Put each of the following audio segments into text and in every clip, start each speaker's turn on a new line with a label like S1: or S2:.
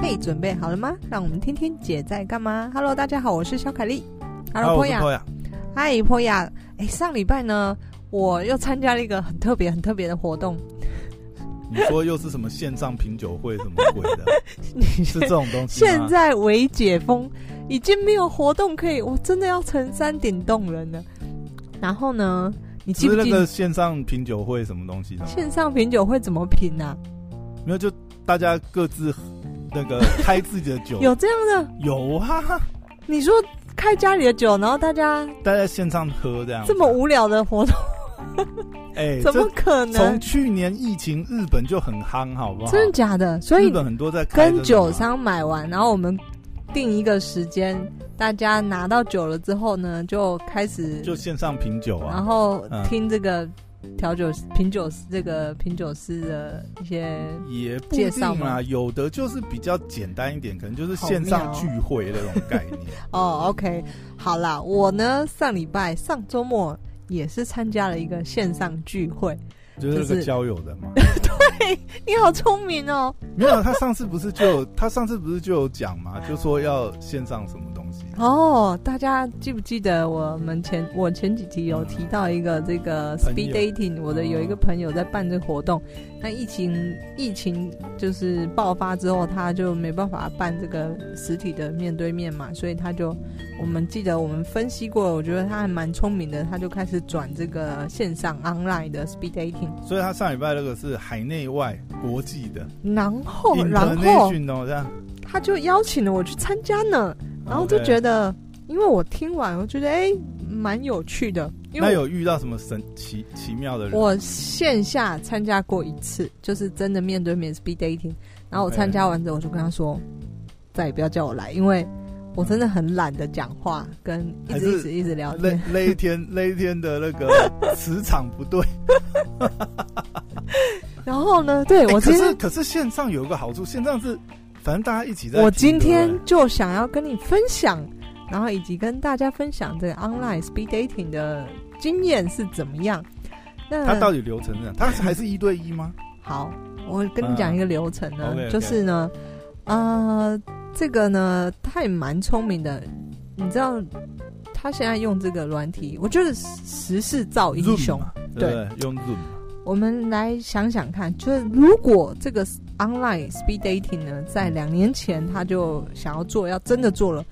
S1: 嘿，准备好了吗？让我们听听姐在干嘛。Hello，大家好，我是小凯丽。Hello，
S2: 啊我
S1: 波
S2: 是
S1: 雅。
S2: 波雅，
S1: 嗨，波雅。哎，上礼拜呢，我又参加了一个很特别、很特别的活动。
S2: 你说又是什么线上品酒会什么鬼 的？是这种东西吗？
S1: 现在为解封，已经没有活动可以，我真的要成山顶洞人了。然后呢，你记
S2: 不
S1: 不
S2: 是那
S1: 记
S2: 个
S1: 得
S2: 线上品酒会什么东西的吗？
S1: 线上品酒会怎么品啊？
S2: 没有，就大家各自那个开自己的 酒。
S1: 有这样的？
S2: 有啊，
S1: 你说开家里的酒，然后大家
S2: 大家线上喝这样。
S1: 这么无聊的活动，
S2: 哎，
S1: 怎么可
S2: 这从
S1: 能？
S2: 去年疫情，日本就很夯，好不好？
S1: 真的假的？所
S2: 日
S1: 以
S2: 本很多在开这
S1: 跟
S2: 种啊
S1: 酒商买完，然后我们定一个时间，大家拿到酒了之后呢，就开始
S2: 就线上品酒
S1: 然
S2: 啊，
S1: 后
S2: 嗯
S1: 听这个调酒师品酒师这个品酒师的一些，
S2: 也不一
S1: 介
S2: 定
S1: 绍吗
S2: 啊。有的就是比较简单一点，可能就是
S1: 好
S2: 线上
S1: 妙哦
S2: 聚会那种概 念。
S1: 哦，OK，好啦，我呢上礼拜上周末也是参加了一个线上聚会，
S2: 就是那
S1: 就
S2: 个
S1: 是
S2: 交友的嘛。
S1: 你好聪明哦，
S2: 没有，他上次不是就 有他上次不是就有讲嘛，就说要线上什么东西。
S1: 哦，大家记不记得我们前我前几集有提到一个这个
S2: 朋友哦
S1: speed dating，我的有一个朋友在办这个活动，那疫情疫情就是爆发之后，他就没办法办这个实体的面对面嘛，所以他就我们记得我们分析过，我觉得他还蛮聪明的，他就开始转这个线上 online 的 speed dating，
S2: 所以他上礼拜那个是海内外国际的
S1: 然后哦然后
S2: internation 哦，这样
S1: 他就邀请了我去参加呢，然后就
S2: OK
S1: 觉得，因为我听完我觉得哎蛮、有趣的，因
S2: 那
S1: 为我。
S2: 有遇到什么神奇奇妙的人？
S1: 我线下参加过一次，就是真的面对面 speed dating，然后我
S2: OK
S1: 参加完之后，我就跟他说，再也不要叫我来，因为我真的很懒得讲话，跟一
S2: 还
S1: 直
S2: 是
S1: 一直一直聊
S2: 那
S1: 天。
S2: 那一天 那一天的那个磁场不对。
S1: 然后呢， 对
S2: 欸
S1: 我
S2: 可
S1: 今
S2: 是
S1: 天
S2: 可是线上有一个好处，线上是反正大家一起在听。
S1: 我今天
S2: 对不对
S1: 就想要跟你分享，然后以及跟大家分享这个 online speed dating 的经验是怎么样。那
S2: 他到底流程是怎样？他还是一对一吗？
S1: 好，我跟你讲一个流程呢，
S2: 嗯，OK，OK
S1: 就是呢，呃，这个呢，他也蛮聪明的，你知道，他现在用这个软体，我觉得时势造英
S2: Zoom 啊
S1: 雄。
S2: 嘛对不对，用 Zoom 嘛
S1: 我们来想想看，就是如果这个 online speed dating 呢，在两年前他就想要做，要真的做了。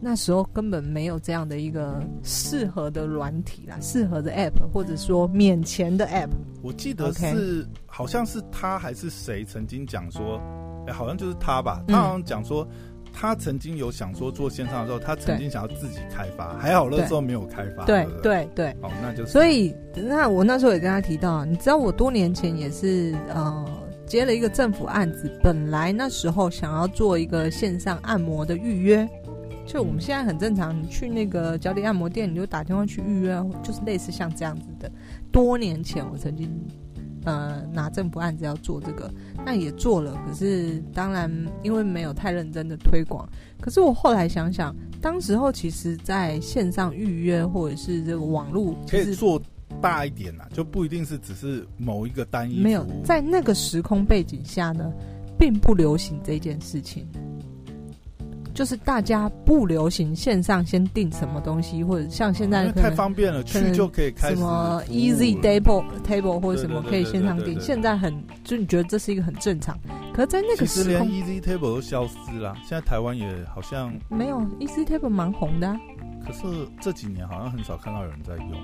S1: 那时候根本没有这样的一个适合的软体啦，适合的 app，或者说免钱的 app。
S2: 我记得
S1: OK
S2: 是好像是他还是谁曾经讲说，哎、好像就是他吧，
S1: 嗯
S2: 他好像讲说。他曾经有想说做线上的时候，他曾经想要自己开发，还好那时候没有开发。
S1: 对
S2: 不对，
S1: 对对，
S2: 哦，那就是
S1: 所以，那我那时候也跟他提到，啊你知道我多年前也是呃接了一个政府案子，本来那时候想要做一个线上按摩的预约，就我们现在很正常，你去那个脚底按摩店，你就打电话去预约啊，就是类似像这样子的。多年前我曾经呃拿政府案子要做这个，那也做了，可是当然因为没有太认真的推广。可是我后来想想，当时候其实在线上预约或者是这个网络，
S2: 可
S1: 其
S2: 以
S1: 实
S2: 做大一点啦，就不一定是只是某一个单一
S1: 没有
S2: 服务
S1: 在那个时空背景下呢，并不流行这件事情，就是大家不流行线上先订什么东西，或者像现
S2: 因
S1: 在
S2: 为
S1: 可
S2: 太
S1: 能
S2: 方便了，
S1: 可能
S2: 去就可以开
S1: 什
S2: 始
S1: 么
S2: 服务
S1: Easy
S2: 了
S1: Table Table 或者什么
S2: 对对对
S1: 可以线上
S2: 对对
S1: 订，
S2: 对对
S1: 现在很就你觉得这是一个很正常，可是在那
S2: 其
S1: 个
S2: 实
S1: 时
S2: 连
S1: 空
S2: Easy Table 都消失啦，现在台湾也好像，
S1: 没有 Easy Table 蛮红的啊、
S2: 可是这几年好像很少看到有人在用。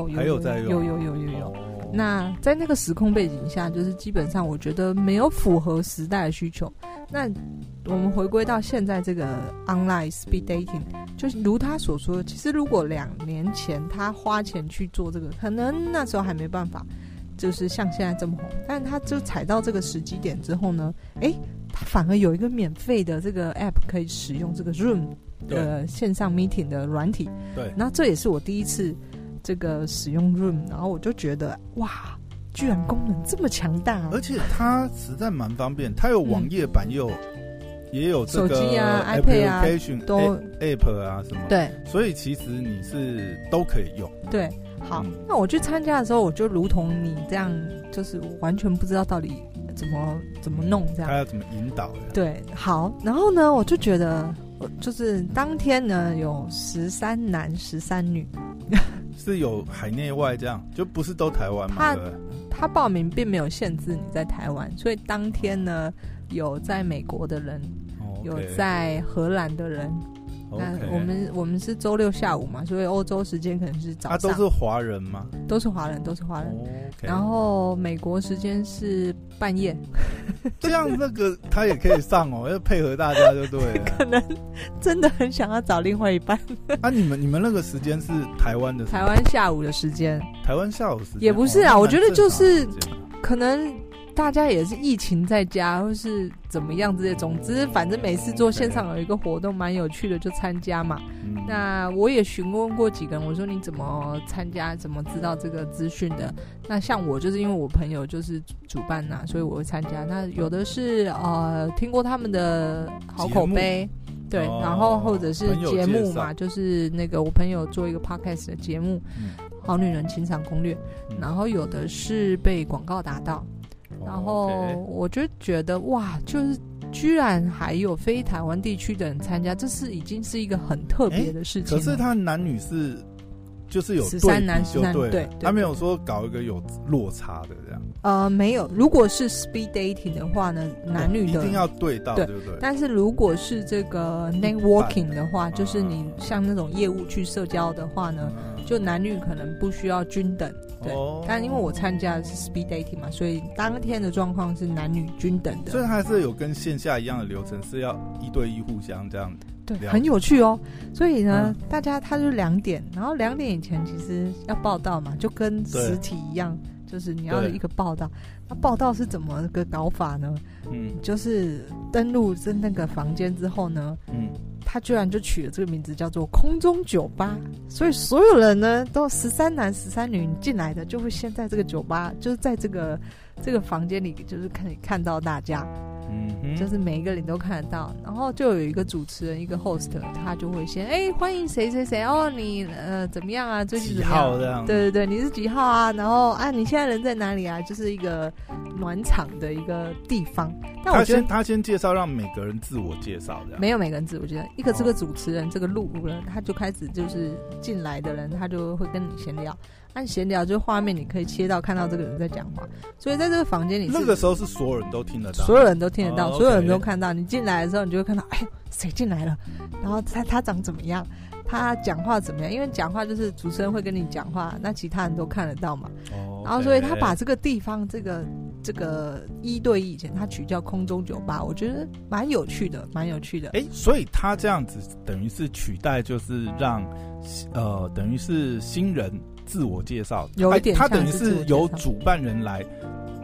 S1: 有有
S2: 还有在用
S1: 有有有有有。
S2: 哦
S1: 那在那个时空背景下，就是基本上我觉得没有符合时代的需求。那我们回归到现在这个 online speed dating，就是如他所说，其实如果两年前他花钱去做这个，可能那时候还没办法，就是像现在这么红。但他就踩到这个时机点之后呢，诶，他反而有一个免费的这个 app 可以使用这个 Room
S2: 对
S1: 呃线上 meeting 的软体。
S2: 对
S1: 那这也是我第一次这个使用 Room，然后我就觉得哇，居然功能这么强大、啊
S2: 而，且它实在蛮方便，它有网页版，也有、也有这个
S1: 嗯手机啊 iPad 啊
S2: application
S1: 都
S2: A- app 啊什么，，
S1: 对
S2: 所以其实你是都可以用。
S1: 对。好
S2: 嗯，
S1: 那我去参加的时候，我就如同你这样，就是完全不知道到底怎么怎么弄这样
S2: 他。要怎么引导的？
S1: 对，好，然后呢，我就觉得，我就是当天呢有十三男十三女，
S2: 是有海内外这样，就不是都台湾嘛？
S1: 他
S2: 对不对
S1: 他报名并没有限制你在台湾，所以当天呢有在美国的人，
S2: 哦
S1: 有在荷兰的人。
S2: o
S1: 那
S2: k
S1: 我们我们是周六下午嘛，所以欧洲时间可能是早
S2: 啊
S1: 上，
S2: 都是华人吗
S1: 都是华人，都是华人。
S2: ？OK，
S1: 然后美国时间是半夜，
S2: 这样那个他也可以上 哦，要配合大家就对了。
S1: 可能真的很想要找另外一半。
S2: 啊，你们你们那个时间是台湾的时间
S1: 台湾下午的时间，
S2: 台湾下午时间
S1: 也不是啊
S2: 哦
S1: 我觉得就是
S2: 那蛮正常的时间
S1: 可能大家也是疫情在家，或是怎么样之类。总之，反正每次做线上有一个活动蛮有趣的，就参加嘛。
S2: 嗯
S1: 那我也询问过几个人，我说你怎么参加，怎么知道这个资讯的？那像我就是因为我朋友就是主办呐、所以我会参加。那有的是呃听过他们的好口碑，对，
S2: 哦
S1: 然后或者是
S2: 朋友
S1: 节目
S2: 介绍
S1: 嘛，就是那个我朋友做一个 podcast 的节目，
S2: 嗯
S1: 好女人情场攻略》
S2: 嗯
S1: 然后有的是被广告打到，然
S2: 哦
S1: 后
S2: ，OK
S1: 我就觉得哇，就是居然还有非台湾地区的人参加，这是已经是一个很特别的事情
S2: 可
S1: 了。
S2: 是他男女是就是有对
S1: 13
S2: 比
S1: 男
S2: 就
S1: 13
S2: 对
S1: 对
S2: 了
S1: 对
S2: 他没有说搞一个有落差的这样，
S1: 呃没有，如果是 speed dating 的话呢，男女
S2: 一
S1: 的
S2: 定要对到，
S1: 对
S2: 对不对？
S1: 但是如果是这个 networking 的话，就是你像那种业务去社交的话呢，
S2: 嗯
S1: 就男女可能不需要均等。对
S2: 哦
S1: 但因为我参加的是 speed dating 嘛，所以当天的状况是男女均等
S2: 所以
S1: 的，
S2: 还是有跟线下一样的流程，是要一对一互相这样子。
S1: 对，
S2: 了解嗯
S1: 很有趣哦。所以呢，大家他就两点，然后两点以前其实要报道嘛，就跟
S2: 对
S1: 实体一样，就是你要
S2: 对
S1: 一个报道。那报道是怎么个搞法呢？
S2: 嗯
S1: 就是登录在那个房间之后呢，
S2: 嗯，
S1: 他居然就取了这个名字叫做“空中酒吧”，所以所有人呢都十三男十三女进来的，就会先在这个酒吧，就是在这个这个房间里，就是可以看到大家，
S2: 嗯哼，
S1: 就是每一个人都看得到。然后就有一个主持人，一个 host，他就会先哎、欢迎谁谁谁哦，你呃怎么样啊？最近
S2: 几
S1: 怎么样
S2: 号？这样。
S1: 对对对，你是几号啊？然后啊，你现在人在哪里啊？就是一个暖场的一个地方。但
S2: 他
S1: 我觉得
S2: 先他先介绍，让每个人自我介绍这样。
S1: 没有每个人自我觉得一个这
S2: 哦
S1: 个主持人、这个路人，他就开始就是进来的人，他就会跟你闲聊。按闲聊就是画面，你可以切到看到这个人在讲话，所以在这个房间里是
S2: 那个时候是所有人都听得到，
S1: 所有人都听得到，
S2: 哦
S1: 所有人
S2: OK
S1: 都看到。你进来的时候，你就会看到，哎呦，谁进来了？然后他他长怎么样？他讲话怎么样？因为讲话就是主持人会跟你讲话，那其他人都看得到嘛。
S2: 哦
S1: 然后，所以他把这个地方，这个这个一对一以前，他取叫空中酒吧，我觉得蛮有趣的，蛮有趣的。
S2: 哎，所以他这样子等于是取代，就是让呃，等于是新人自我介绍，
S1: 有一点
S2: 哎他
S1: 像
S2: 等于
S1: 是自我
S2: 是
S1: 介
S2: 由
S1: 绍
S2: 主办人来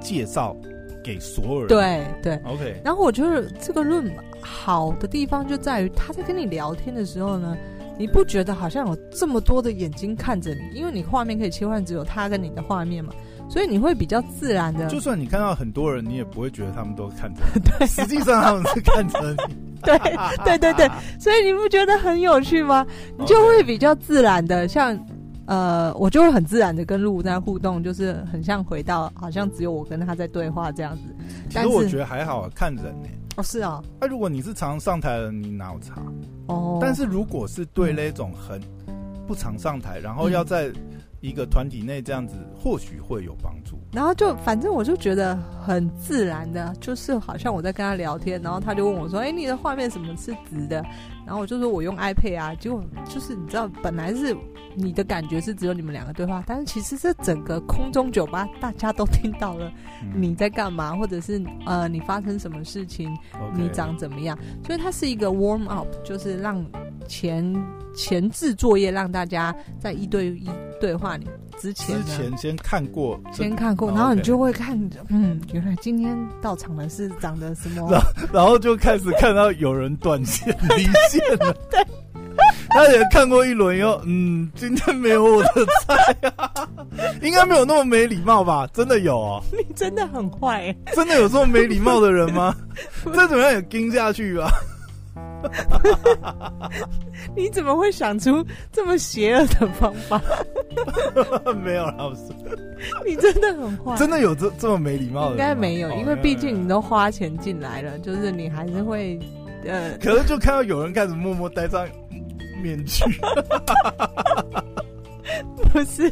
S2: 介绍给所有人。
S1: 对对。
S2: ，OK，
S1: 然后我觉得这个论好的地方就在于他在跟你聊天的时候呢，你不觉得好像有这么多的眼睛看着你，因为你画面可以切换只有他跟你的画面嘛，所以你会比较自然的，
S2: 就算你看到很多人，你也不会觉得他们都看着 你，实际上他们是看着你。
S1: 啊对 对对对，所以你不觉得很有趣吗？你就会比较自然的，像呃，我就会很自然的跟路在互动，就是很像回到好像只有我跟他在对话这样子。
S2: 其
S1: 但
S2: 实
S1: 是
S2: 我觉得还好啊，看人呢、
S1: 哦，是哦，
S2: 那、如果你是常上台的人，你哪有差？
S1: 哦，
S2: 但是如果是对那种很不常上台，然后要在一个团体内这样子，或许会有帮助。
S1: 然后就反正我就觉得很自然的，就是好像我在跟他聊天，然后他就问我说：“哎，你的画面什么是直的？”然后我就说我用 iPad 啊，结果就是你知道，本来是你的感觉是只有你们两个对话，但是其实这整个空中酒吧大家都听到了
S2: 嗯、
S1: 你在干嘛，或者是呃你发生什么事情，
S2: OK
S1: 你长怎么样，所以它是一个 warm up，就是让前前置作业让大家在一对一对话里之前
S2: 之
S1: 呢。
S2: 前先看过这个、
S1: 先看过，
S2: 哦
S1: 然后你
S2: OK
S1: 就会看，嗯，原来今天到场的是长得什么
S2: 然？然后就开始看到有人断线离线 了。对，他也看过一轮以后，嗯，今天没有我的菜、啊，应 该没有那么没礼貌吧？真的有哦，
S1: 你 真的很坏耶，欸
S2: 真的有这么没礼貌的人吗？再怎么样也盯下去吧。
S1: 你怎么会想出这么邪恶的方法？
S2: 没有老师，
S1: 你真的很坏，
S2: 真的有这这么没礼貌的人吗？
S1: 啊应该没有，
S2: 哦
S1: 因为毕竟你都花钱进来了，就是你还是会，呃，
S2: 可是就看到有人开始默默戴上面具，
S1: 不是，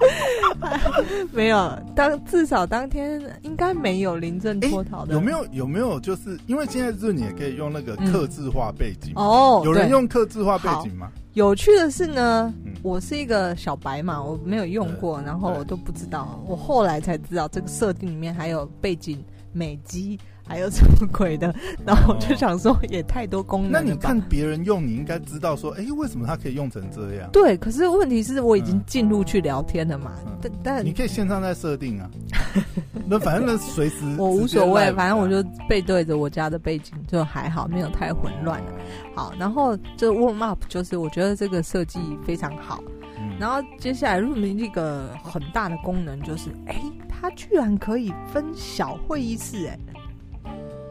S1: 没有，当至少当天应该没有临阵脱逃的，
S2: 有没？有有没有？就是因为现在就是你也可以用那个刻字化背景，
S1: 哦，
S2: 有人
S1: 对
S2: 用刻字化背景吗？
S1: 有趣的是呢
S2: 嗯，
S1: 我是一个小白嘛，我没有用过，然后我都不知道，我后来才知道这个设定里面还有背景美肌，还有什么鬼的， 然后我就想说也太多功
S2: 哦那
S1: 能
S2: 你
S1: 了吧
S2: 看。别人用，你应该知道说，哎、为什么他可以用成这样？
S1: 对，可是问题是我已经
S2: 嗯
S1: 进入去聊天了嘛，
S2: 嗯
S1: 但但
S2: 你可以线上再设定啊， 那反正那随时
S1: 我 无所谓，
S2: 直接 live
S1: 反正我就背对着我家的背景，就还好，没有太混乱啊了。好，然后这 warm up 就是我觉得这个设计非常好。
S2: 嗯
S1: 然后接下来入门一个很大的功能就是，哎、它居然可以分小会议室、哎，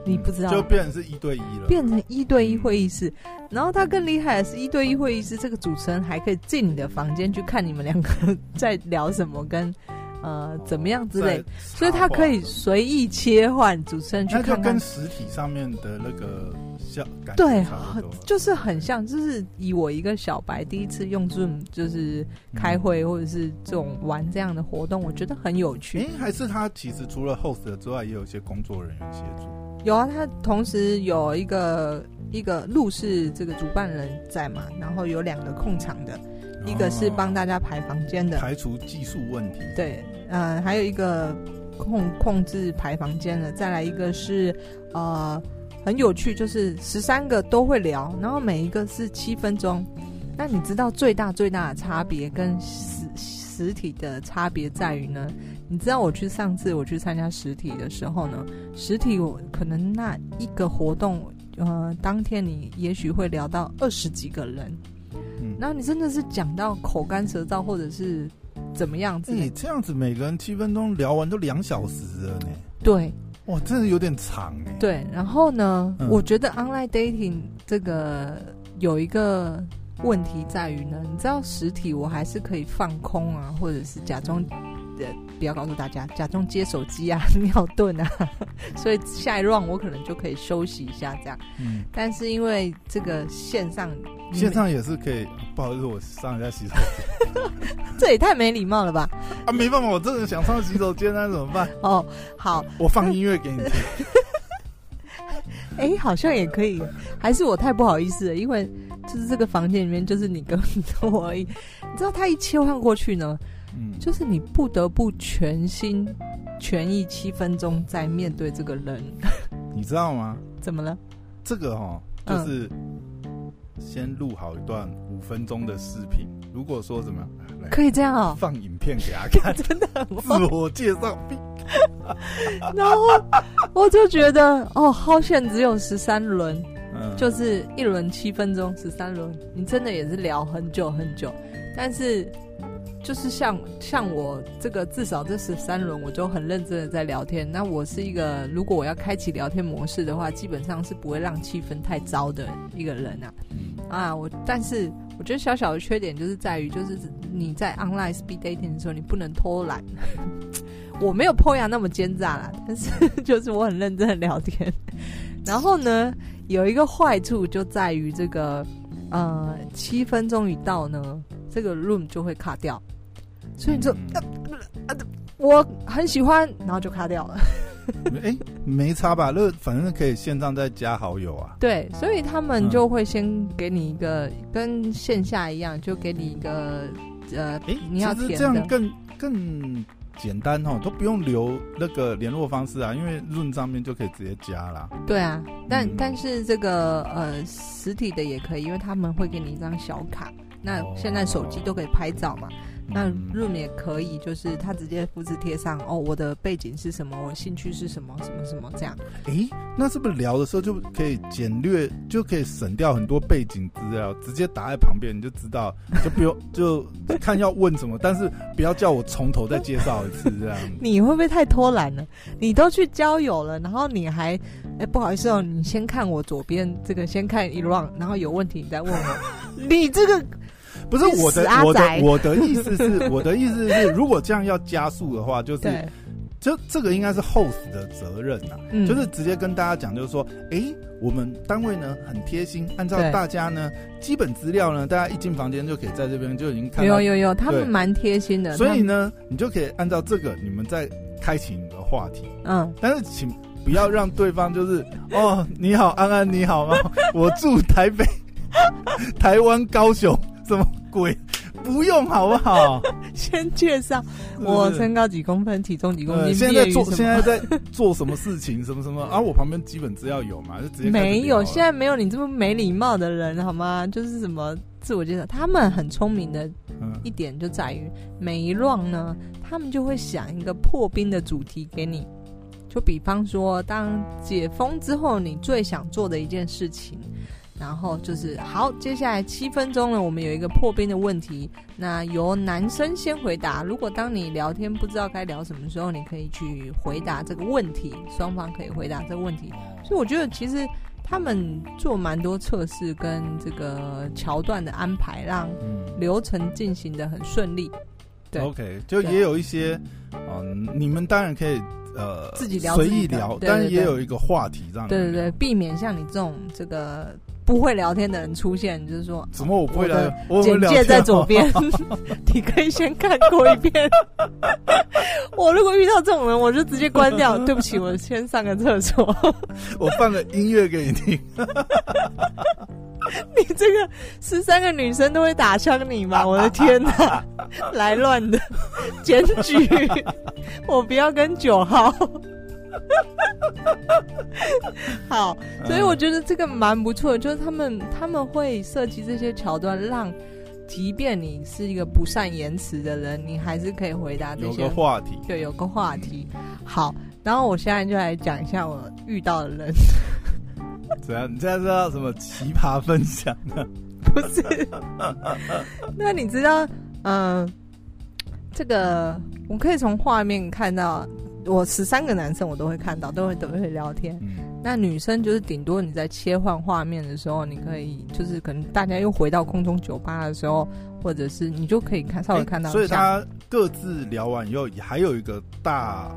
S1: 你不知道
S2: 就变成是一对一了。
S1: 变成一对一会议室。然后它更厉害的是，一对一会议室这个主持人还可以进你的房间去看你们两个在聊什么跟呃怎么样之类的
S2: 在，插话，
S1: 所以它可以随意切换主持人去
S2: 那就
S1: 看啊看
S2: 跟。实体上面的那个效感觉
S1: 对
S2: 差不多，
S1: 就是很像，就是以我一个小白第一次用 Zoom，就是
S2: 嗯
S1: 开会或者是这种玩这样的活动，我觉得很有趣。
S2: 哎、还是他其实除了 host 之外，也有一些工作人员协助。
S1: 有啊，他同时有一个一个路是这个主办人在嘛，然后有两个控场的，一个是帮大家排房间的，
S2: 排除技术问题，
S1: 对，呃，还有一个控控制排房间的，再来一个是呃很有趣，就是十三个都会聊，然后每一个是七分钟。那你知道最大最大的差别跟实实体的差别在于呢？你知道我去上次我去参加实体的时候呢，实体我可能那一个活动，呃，当天你也许会聊到二十几个人，
S2: 嗯，
S1: 然后你真的是讲到口干舌燥或者是怎么样子，
S2: 哎、这样子每个人七分钟聊完都两小时了呢，
S1: 对，
S2: 哇，真的有点长哎。
S1: 对，然后呢，
S2: 嗯
S1: 我觉得 online dating 这个有一个问题在于呢，你知道实体我还是可以放空啊，或者是假装。呃，不要告诉大家，假装接手机啊、 尿遁啊，所以下一 round 我可能就可以休息一下这样。
S2: 嗯，
S1: 但是因为这个线上，
S2: 线上也是可以，不好意思，我上一下洗手 间
S1: 这也太没礼貌了吧？
S2: 啊，没办法，我真的想上洗手间，那怎么 办？
S1: 哦，好，
S2: 我放音乐 给你听。
S1: 哎、好像也可以，还是我太不好意思了，因为就是这个房间里面就是你跟 我而已。你知道他一切换过去呢，
S2: 嗯，
S1: 就是你不得不全心全意七分钟在面对这个人，
S2: 你知道吗？
S1: 怎么了？
S2: 这个哦，
S1: 嗯
S2: 就是先录好一段五分钟的视频。如果说怎么样，来
S1: 可以这样 哦、
S2: 放影片给他 看，
S1: 真的很
S2: 自我介绍。哔
S1: 然后我就觉得哦，好险只有十三轮，
S2: 嗯，
S1: 就是一轮七分钟，十三轮，你真的也是聊很久很久。但是就是像像我这个，至少这十三轮我就很认真的在聊天。那我是一个，如果我要开启聊天模式的话，基本上是不会让气氛太糟的一个人啊。啊，我但是我觉得小小的缺点就是在于，就是你在 online speed dating 的时候，你不能偷懒。 我没有 p 牙那么奸诈啦，但是 就是我很认真的聊天。然后呢，有一个坏处就在于这个，呃，七分钟一到呢，这个 room 就会卡掉，所以你就、
S2: 嗯
S1: 呃呃我很喜欢，然后就卡掉了。
S2: 哎、没差吧？那反正可以线上再加好友啊。
S1: 对，所以他们就会先给你一个、跟线下一样，就给你一个呃，
S2: 哎、
S1: 你要
S2: 其实
S1: 填
S2: 这样
S1: 的
S2: 更更简单哦，都不用留那个联络方式啊，因为论上面就可以直接加啦。
S1: 对啊，但、
S2: 嗯
S1: 但是这个呃实体的也可以，因为他们会给你一张小卡。那
S2: 哦
S1: 现在手机都可以拍照嘛，那
S2: 嗯
S1: Room 也可以，就是他直接复制贴上哦，我的背景是什么，我兴趣是什么，什么什么这样。
S2: 诶，那是不是聊的时候就可以简略，就可以省掉很多背景资料，直接打在旁边你就知道，就不用就看要问什么，但是不要叫我从头再介绍一次这样。
S1: 你会不会太偷懒了？你都去交友了，然后你还哎，不好意思哦，你先看我左边这个，先看一 round，然后有问题你再问 我。你这个
S2: 不是我
S1: 死
S2: 的
S1: 阿，
S2: 我
S1: 宅
S2: 的我的意思是，我的意思 是，如果这样要加速的话，就是
S1: 对，
S2: 就这个应该是 host 的责任呐、
S1: 嗯
S2: 就是直接跟大家讲，就是说，哎、我们单位呢很贴心，按照
S1: 对
S2: 大家呢基本资料呢，大家一进房间就可以在这边就已经看
S1: 有
S2: 到
S1: 有有，他们
S2: 对
S1: 蛮贴心的。
S2: 所以
S1: 他
S2: 呢，你就可以按照这个，你们再开启你的话题，
S1: 们，
S2: 但是请不要让对方就是 哦，你好，安安，你好吗？哦我住台北、 台湾、高雄，什么鬼？不用好不好？
S1: 嗯，先介绍
S2: 是不是
S1: 我身高几公分，体重几公
S2: 呃
S1: 斤，
S2: 现
S1: 毕业
S2: 在
S1: 于
S2: 在做
S1: 什么
S2: 现在在做什么事情，什么什么啊？我旁边基本资料有嘛，就直接开始啊
S1: 没
S2: 聊
S1: 有，
S2: 了
S1: 现在没有你这么没礼貌的人，好吗？就是什么自我介绍，他们很聪明的
S2: 嗯
S1: 一点就在于每一 round 呢，他们就会想一个破冰的主题给你。就比方说，当解封之后，你最想做的一件事情，然后就是好，接下来七分钟了，我们有一个破冰的问题，那由男生先回答。如果当你聊天不知道该聊什么时候，你可以去回答这个问题，双方可以回答这个问题。
S2: 哦
S1: 所以我觉得其实他们做蛮多测试跟这个桥段的安排，让
S2: 嗯
S1: 流程进行的很顺利，对
S2: ，OK，就也有一些嗯，你们当然可以呃
S1: 自己聊
S2: 随
S1: 自己
S2: 意
S1: 的
S2: 聊，
S1: 对
S2: 但
S1: 对
S2: 是也
S1: 对
S2: 有一个话题让你
S1: 对对
S2: 聊
S1: 对，避免像你这种这个不会聊天的人出现，就是说
S2: 怎么我不会
S1: 我的
S2: 聊？我
S1: 简
S2: 们聊
S1: 介在
S2: 天
S1: 左
S2: 好
S1: 边，你可以先看过一遍。 我如果遇到这种人，我就直接关 掉。对不起，我先上个厕所。
S2: 我放个音乐给你听。
S1: 你这个十三个女生都会打枪你 吗？我的天哪，来乱的检 举，我不要跟九号。 好，所以
S2: 嗯
S1: 我觉得这个蛮不错的，就是他们他们会设计这些桥段，让即便你是一个不善言辞的人，你还是可以回答这
S2: 嗯有
S1: 些
S2: 个话题，
S1: 对，有个话题。好，然后我现在就来讲一下我遇到的人，
S2: 怎样？你现在知道什么奇葩分享？
S1: 不 是？那你知道，嗯、这个我可以从画面看到，我十三个男生我都会看到，都会都会聊天。
S2: 嗯，
S1: 那女生就是顶多你在切换画面的时候，你可以就是可能大家又回到空中酒吧的时候，或者是你就可以看稍微看到一下、
S2: 哎所以他各自聊完以后，也还有一个大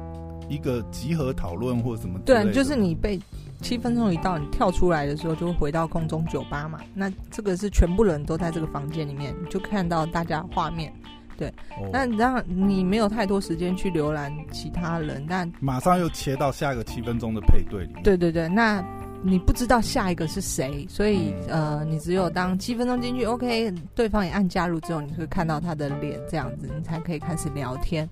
S2: 一个集合讨论或什么之
S1: 对，
S2: 类的。
S1: 就是你被七分钟一到，你跳出来的时候就会回到空中酒吧嘛。那这个是全部人都在这个房间里面，你就看到大家画面。
S2: 哦
S1: 那让你没有太多时间去浏览其他人，但
S2: 马上又切到下一个七分钟的配对里面。
S1: 对对对，那你不知道下一个是谁，所以
S2: 嗯
S1: 呃，你只有当七分钟进去，OK，对方也按加入之后，你会看到他的脸这样子，你才可以开始聊天。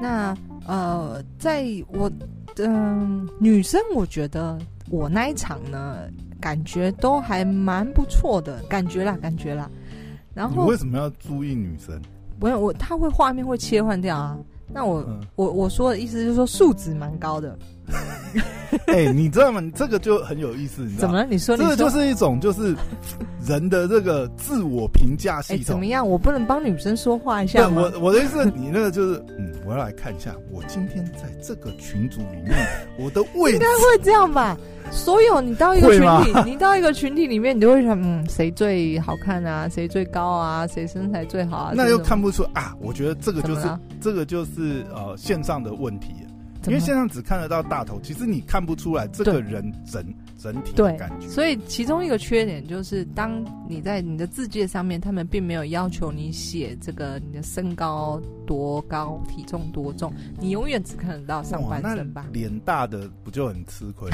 S1: 那呃，在我嗯、女生我觉得我那一场呢，感觉都还蛮不错的，感觉啦，感觉啦。然
S2: 你
S1: 后
S2: 为什么要注意女生？
S1: 我有我他会画面会切换掉啊。那我
S2: 嗯，
S1: 我我说的意思就是说素质蛮高的，
S2: 哎，你知道吗？你这个就很有意思，你知道
S1: 怎么
S2: 吗？
S1: 了？你说
S2: 啊这
S1: 你
S2: 个
S1: 说
S2: 就是一种就是人的这个自我评价
S1: 哎、
S2: 系
S1: 怎
S2: 统
S1: 么。啊样？我不能帮女生说话一
S2: 对，
S1: 下吗？
S2: 我我的意思，你那个就是，嗯，我要来看一下，我今天在这个群组里面，我的位
S1: 应
S2: 置
S1: 该会这样吧？所有你到一个群
S2: 会
S1: 体，你到一个群体里面，你都会想，嗯，谁最好看啊？谁最高啊？谁身材最好啊？
S2: 那又
S1: 谁
S2: 看不出啊。我觉得这个
S1: 怎
S2: 就
S1: 么
S2: 是
S1: 了
S2: 这个就是呃线上的问题，
S1: 怎
S2: 因
S1: 么
S2: 为
S1: 了
S2: 线上只看得到大头，其实你看不出来这个
S1: 对
S2: 人整整体的
S1: 对
S2: 感觉。
S1: 所以其中一个缺点就是，当你在你的字界上面，他们并没有要求你写这个你的身高多高、体重多重，你永远只看得到上
S2: 哇
S1: 半
S2: 那
S1: 身吧？
S2: 脸大的不就很吃亏？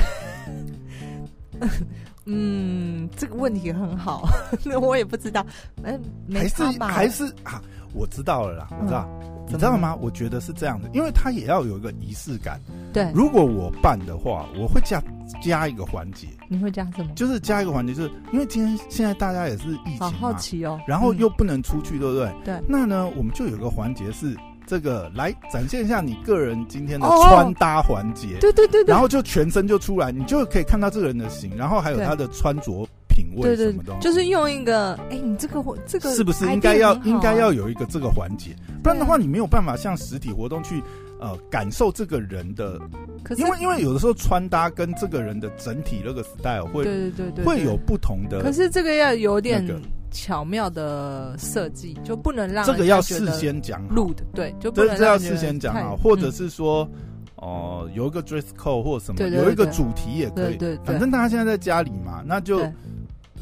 S1: 嗯，这个问题很好， 那我也不知道，嗯、没
S2: 还是
S1: 差吧？嗯
S2: 还是啊？我知道了啦，我知道，你知道吗？我觉得是这样的，因为他也要有一个仪式感。
S1: 对，
S2: 如果我办的话，我会加加一个环节，
S1: 你会加什么？
S2: 就是加一个环节，就是因为今天现在大家也是疫
S1: 好
S2: 情
S1: 好
S2: 嘛，
S1: 奇哦。
S2: 然后
S1: 嗯
S2: 又不能出去，对不对？
S1: 对
S2: 那呢，我们就有个环节是这个来展现一下你个人今天的
S1: 哦
S2: 穿搭环节，
S1: 对对对对
S2: 然，后就全身就出来，你就可以看到这个人的型，然后还有
S1: 对
S2: 他的穿着品
S1: 对
S2: 味
S1: 对
S2: 什么东西。
S1: 就是用一个，哎，你这个这个
S2: 是不是
S1: idea
S2: 应该要
S1: 很好啊
S2: 应该要有一个这个环节？不然的话，你没有办法像实体活动去呃感受这个人的，
S1: 可是
S2: 因为因为有的时候穿搭跟这个人的整体那个 style
S1: 对
S2: 会
S1: 对对对，
S2: 会
S1: 对
S2: 有不同的，
S1: 可是这个要有点
S2: 那个
S1: 巧妙的设计，就不能让
S2: 这个
S1: 人家
S2: 要
S1: 觉
S2: 事
S1: 得
S2: 先讲好，
S1: 录的，对，就不
S2: 这
S1: 能
S2: 这要
S1: 让人
S2: 事先讲
S1: 太
S2: 好，或者
S1: 嗯
S2: 是说哦、有一个 dress code 或者什么，
S1: 对对对
S2: 有一个
S1: 对
S2: 主题也可
S1: 对
S2: 以，
S1: 对对
S2: 反正大家现在在家里嘛，那就
S1: 对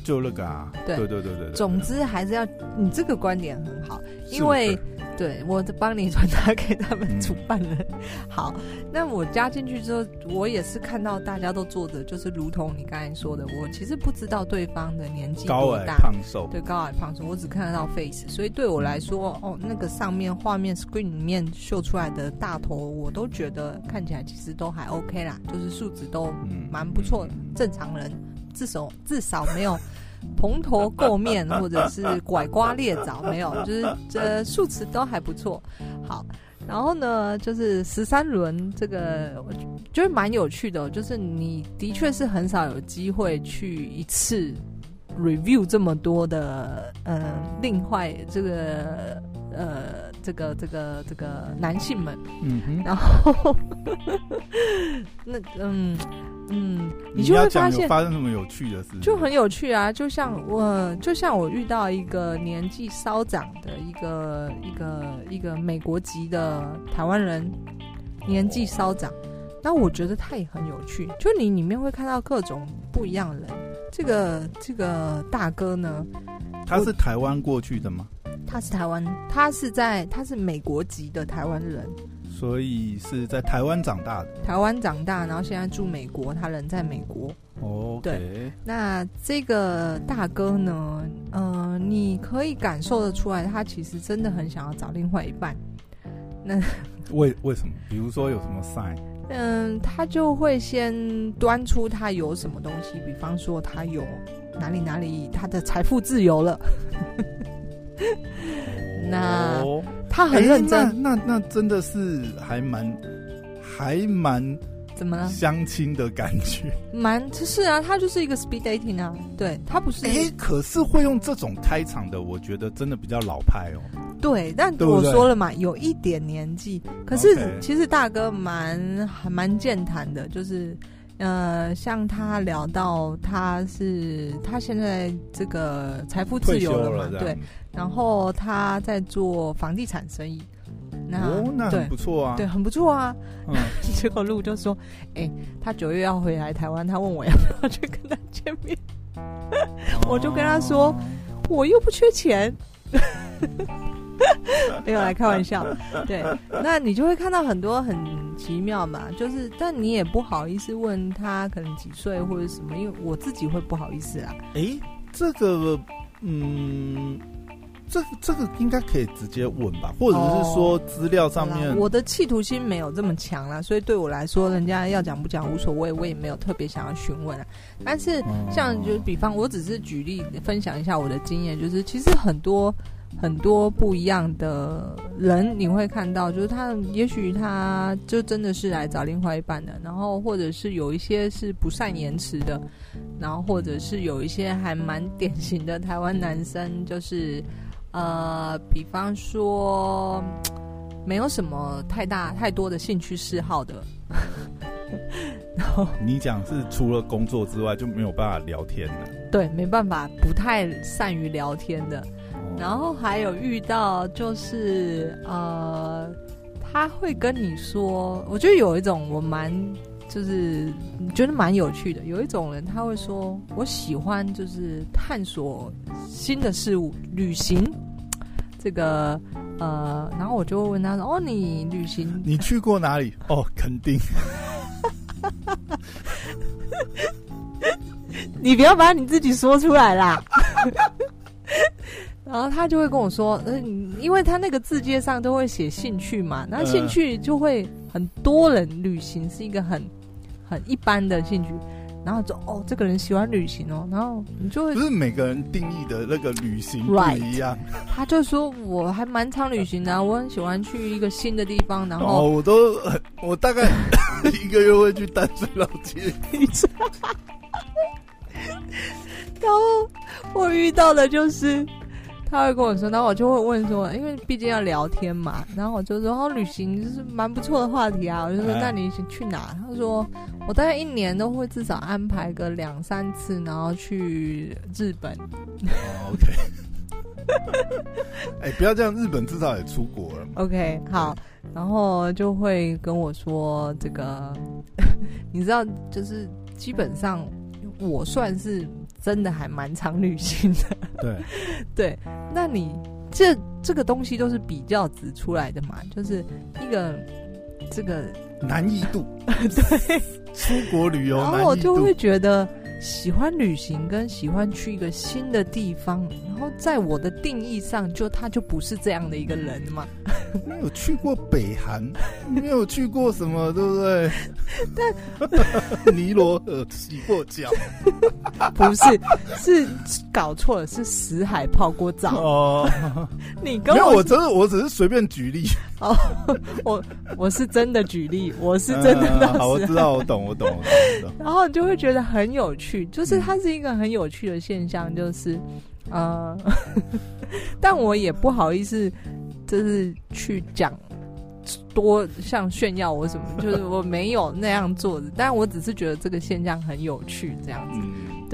S2: 就那个啊，
S1: 对
S2: 对对对对，对
S1: 总之还是要你这个观点很好，
S2: 是
S1: 因为
S2: 的
S1: 对我帮你传达给他
S2: 嗯
S1: 们主办人。好，那我加进去之后，我也是看到大家都坐着，就是如同你刚才说的，我其实不知道对方的年纪
S2: 高
S1: 多
S2: 矮
S1: 大，
S2: 胖瘦，
S1: 对高矮胖瘦，我只看得到 face，所以对我来说，哦，那个上面画面 screen 里面秀出来的大头，我都觉得看起来其实都还 OK 啦，就是数值都
S2: 嗯
S1: 蛮不错的，正常人至少至少没有蓬头垢面或者是拐瓜裂枣，没有， 就是这数值都还不错。好，然后呢，就是十三轮这个，我觉得蛮有趣的哦、就是你的确是很少有机会去一次 review 这么多的，呃，另外这个呃，这个这个这个男性们。
S2: 嗯哼。
S1: 然后 那嗯嗯，你就
S2: 要
S1: 会
S2: 讲
S1: 发
S2: 有
S1: 现
S2: 发生什么有趣的事？
S1: 就很有趣啊。就像我，就像我遇到一个年纪稍长的一个一个一个美国籍的台湾人，年纪稍长，那我觉得他也很有趣。就你里面会看到各种不一样的人。这个这个大哥呢，
S2: 他是台湾过去的吗？
S1: 他是台湾，他是在他是美国籍的台湾人，
S2: 所以是在台湾长大的。
S1: 台湾长大，然后现在住美国，他人在美国。
S2: 哦，对，
S1: 那这个大哥呢，呃，你可以感受得出来，他其实真的很想要找另外一半。
S2: 为为什么？比如说有什么 sign？
S1: 嗯，他就会先端出他有什么东西，比方说他有哪里哪里，他的财富自由了，那
S2: 哦
S1: 他很认真，
S2: 诶那那那真的是还蛮还蛮
S1: 怎么了？
S2: 相亲的感觉。
S1: 蛮是啊，他就是一个 speed dating 啊，对他不是、
S2: 哎、可是会用这种开场的，我觉得真的比较老派哦。
S1: 对，但
S2: 对不
S1: 我
S2: 对
S1: 说了嘛，有一点年纪，可是
S2: OK
S1: 其实大哥蛮还蛮健谈的，就是呃，像他聊到他是他现在这个财富自
S2: 退
S1: 由
S2: 休
S1: 了嘛，
S2: 了这
S1: 对
S2: 样，，
S1: 然后他在做房地产生意，那、
S2: 哦，那
S1: 啊对
S2: 很不错啊。
S1: 对，很不错啊。
S2: 嗯，
S1: 结果露就说：“哎、他九月要回来台湾，他问我要不要去跟他见面，我就跟他说
S2: 哦
S1: 我又不缺钱。”没有来开玩笑，对，那你就会看到很多很奇妙嘛，就是，但你也不好意思问他可能几岁或者什么，因为我自己会不好意思啊啦。
S2: 哎、这个，嗯，这这个应该可以直接问吧，或者是说资料上
S1: 好啦
S2: 面，
S1: 哦我的企图心没有这么强啦，所以对我来说，人家要讲不讲无所谓，我也没有特别想要询问啊。但是
S2: 嗯
S1: 像就是比方，我只是举例分享一下我的经验，就是其实很多很多不一样的人，你会看到，就是他也许他就真的是来找另外一半的，然后或者是有一些是不善言辞的，然后或者是有一些还蛮典型的台湾男生，就是呃，比方说。没有什么太大太多的兴趣嗜好的，然后
S2: 你讲是除了工作之外就没有办法聊天了。
S1: 对，没办法，不太善于聊天的。
S2: 哦
S1: 然后还有遇到就是呃，他会跟你说，我觉得有一种我蛮就是觉得蛮有趣的，有一种人他会说，我喜欢就是探索新的事物，旅行这个呃，然后我就会问他说，哦，你旅行
S2: 你去过哪里？哦，肯定。
S1: 你不要把你自己说出来啦。然后他就会跟我说，嗯，因为他那个字界上都会写兴趣嘛，那
S2: 嗯
S1: 兴趣就会很多人旅行是一个很很一般的兴趣，然后就哦，这个人喜欢旅行哦，然后你就会
S2: 不是每个人定义的那个旅行不
S1: Right
S2: 一样。
S1: 他就说我还蛮常旅行的啊、我很喜欢去一个新的地方，然
S2: 哦，
S1: 后
S2: 我都我大概 一个月会去淡水老街。
S1: 然后我遇到的就是他会跟我说，然后我就会问说，因为毕竟要聊天嘛，然后我就说，哦，旅行就是蛮不错的话题啊。我就说，
S2: 哎
S1: 那你去哪？他说，我大概一年都会至少安排个两三次，然后去日本。
S2: 哦，OK。哎、不要这样，日本至少也出国了嘛。
S1: OK，好，然后就会跟我说这个， 你知道，就是基本上我算是真的还蛮常旅行的。
S2: 对，
S1: 对，那你这这个东西都是比较值出来的嘛，就是一个这个，
S2: 难易度，
S1: 对，
S2: 出国旅游
S1: 然
S2: 难易
S1: 后
S2: 度。
S1: 我就会觉得喜欢旅行跟喜欢去一个新的地方，然后在我的定义上，就他就不是这样的一个人嘛。
S2: 没有去过北韩，没有去过什么，对不对？但 尼罗河洗过脚
S1: 不 是，是搞错了，是死海泡过澡。
S2: 哦，
S1: 你跟
S2: 没有，
S1: 我
S2: 我真的我只是随便举例，
S1: 哦，我我是真的举例，我是真的
S2: 嗯好，
S1: 到
S2: 我
S1: 死。
S2: 知道，我懂，我懂，我懂我懂。
S1: 然后你就会觉得很有趣，就是它是一个很有趣的现象，就是，呃， 但我也不好意思，就是去讲多像炫耀我什么，就是我没有那样做的，但我只是觉得这个现象很有趣，这样子。
S2: 嗯，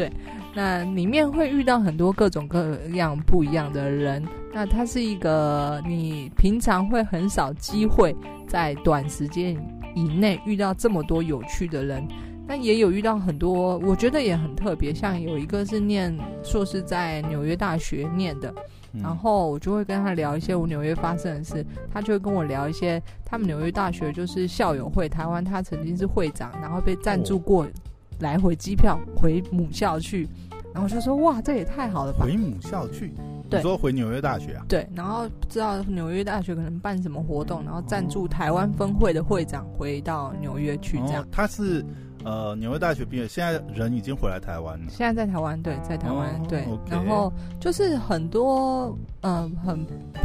S1: 那里面会遇到很多各种各样不一样的人。那它是一个你平常会很少机会在短时间以内遇到这么多有趣的人。那也有遇到很多，我觉得也很特别。像有一个是念硕士在纽约大学念的，
S2: 嗯
S1: 然后我就会跟他聊一些我纽约发生的事，他就会跟我聊一些他们纽约大学就是校友会，台湾他曾经是会长，然后被赞助过来回机票回母校去，然后我就说哇，这也太好了吧。
S2: 回母校去，
S1: 对
S2: 你说回纽约大学啊？
S1: 对，然后不知道纽约大学可能办什么活动，然后赞助台湾分会的会长回到纽约去这样。
S2: 哦，他是呃纽约大学毕业，现在人已经回来台湾了。
S1: 现在在台湾，对，在台湾，
S2: 哦
S1: 对
S2: OK
S1: 然后就是很多，嗯、很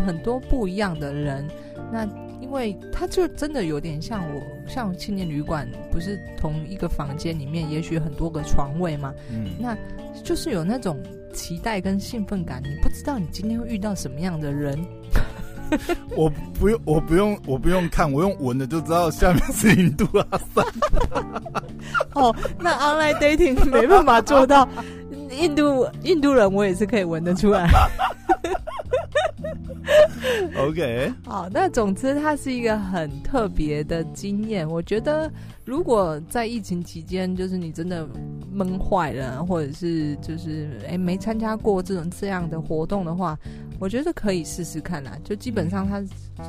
S1: 很多不一样的人。那因为他就真的有点像我，像青年旅馆，不是同一个房间里面，也许很多个床位嘛，
S2: 嗯，
S1: 就是有那种期待跟兴奋感。你不知道你今天会遇到什么样的人，
S2: 我不用，我不用，我不用看，我用闻的就知道下面是印度啊。
S1: 哦，那 online dating 没办法做到。印度印度人我也是可以闻得出来。
S2: OK，
S1: 好，那总之它是一个很特别的经验。我觉得，如果在疫情期间，就是你真的闷坏了，啊或者是就是哎没参加过这种这样的活动的话，我觉得可以试试看啦。就基本上它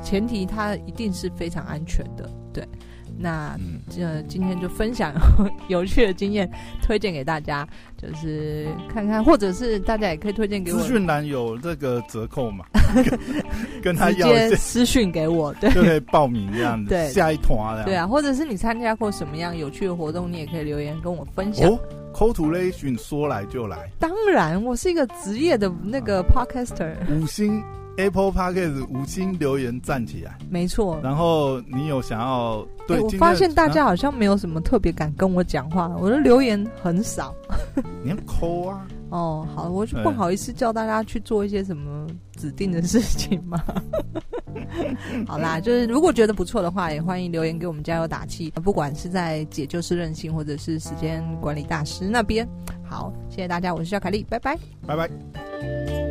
S1: 前提它一定是非常安全的，对。那
S2: 嗯，
S1: 呃，今天就分享 有趣的经验，推荐给大家，就是看看，或者是大家也可以推荐给我
S2: 资，讯栏有这个折 扣嘛，跟跟他
S1: 直
S2: 要一
S1: 接
S2: 下
S1: 私讯给我，对。
S2: 就可以报名这样子
S1: 对，
S2: 下一团这
S1: 对
S2: 样。
S1: 啊，或者是你参加过什么样有趣的活动，你也可以留言跟我分享。
S2: 哦 c o t o l a t i o n 说来就来，
S1: 当然，我是一个职业的那
S2: 啊
S1: 个 podcaster，
S2: 五星 Apple Podcast 五星留言站起来。
S1: 没错。
S2: 然后你有想要对
S1: 哎，我
S2: 今天
S1: 发现大
S2: 啊嗯
S1: 家好像没有什么特别敢跟我讲话，我的留言很少。
S2: 你要抠啊，
S1: 哦，好，我就
S2: 哎
S1: 不好意思叫大家去做一些什么指定的事情 嘛。好啦，就是如果觉得不错的话，也欢迎留言给我们加油打气，不管是在解救式任性，或者是时间管理大师那边。好，谢谢大家，我是小凯丽，拜拜。
S2: 拜拜。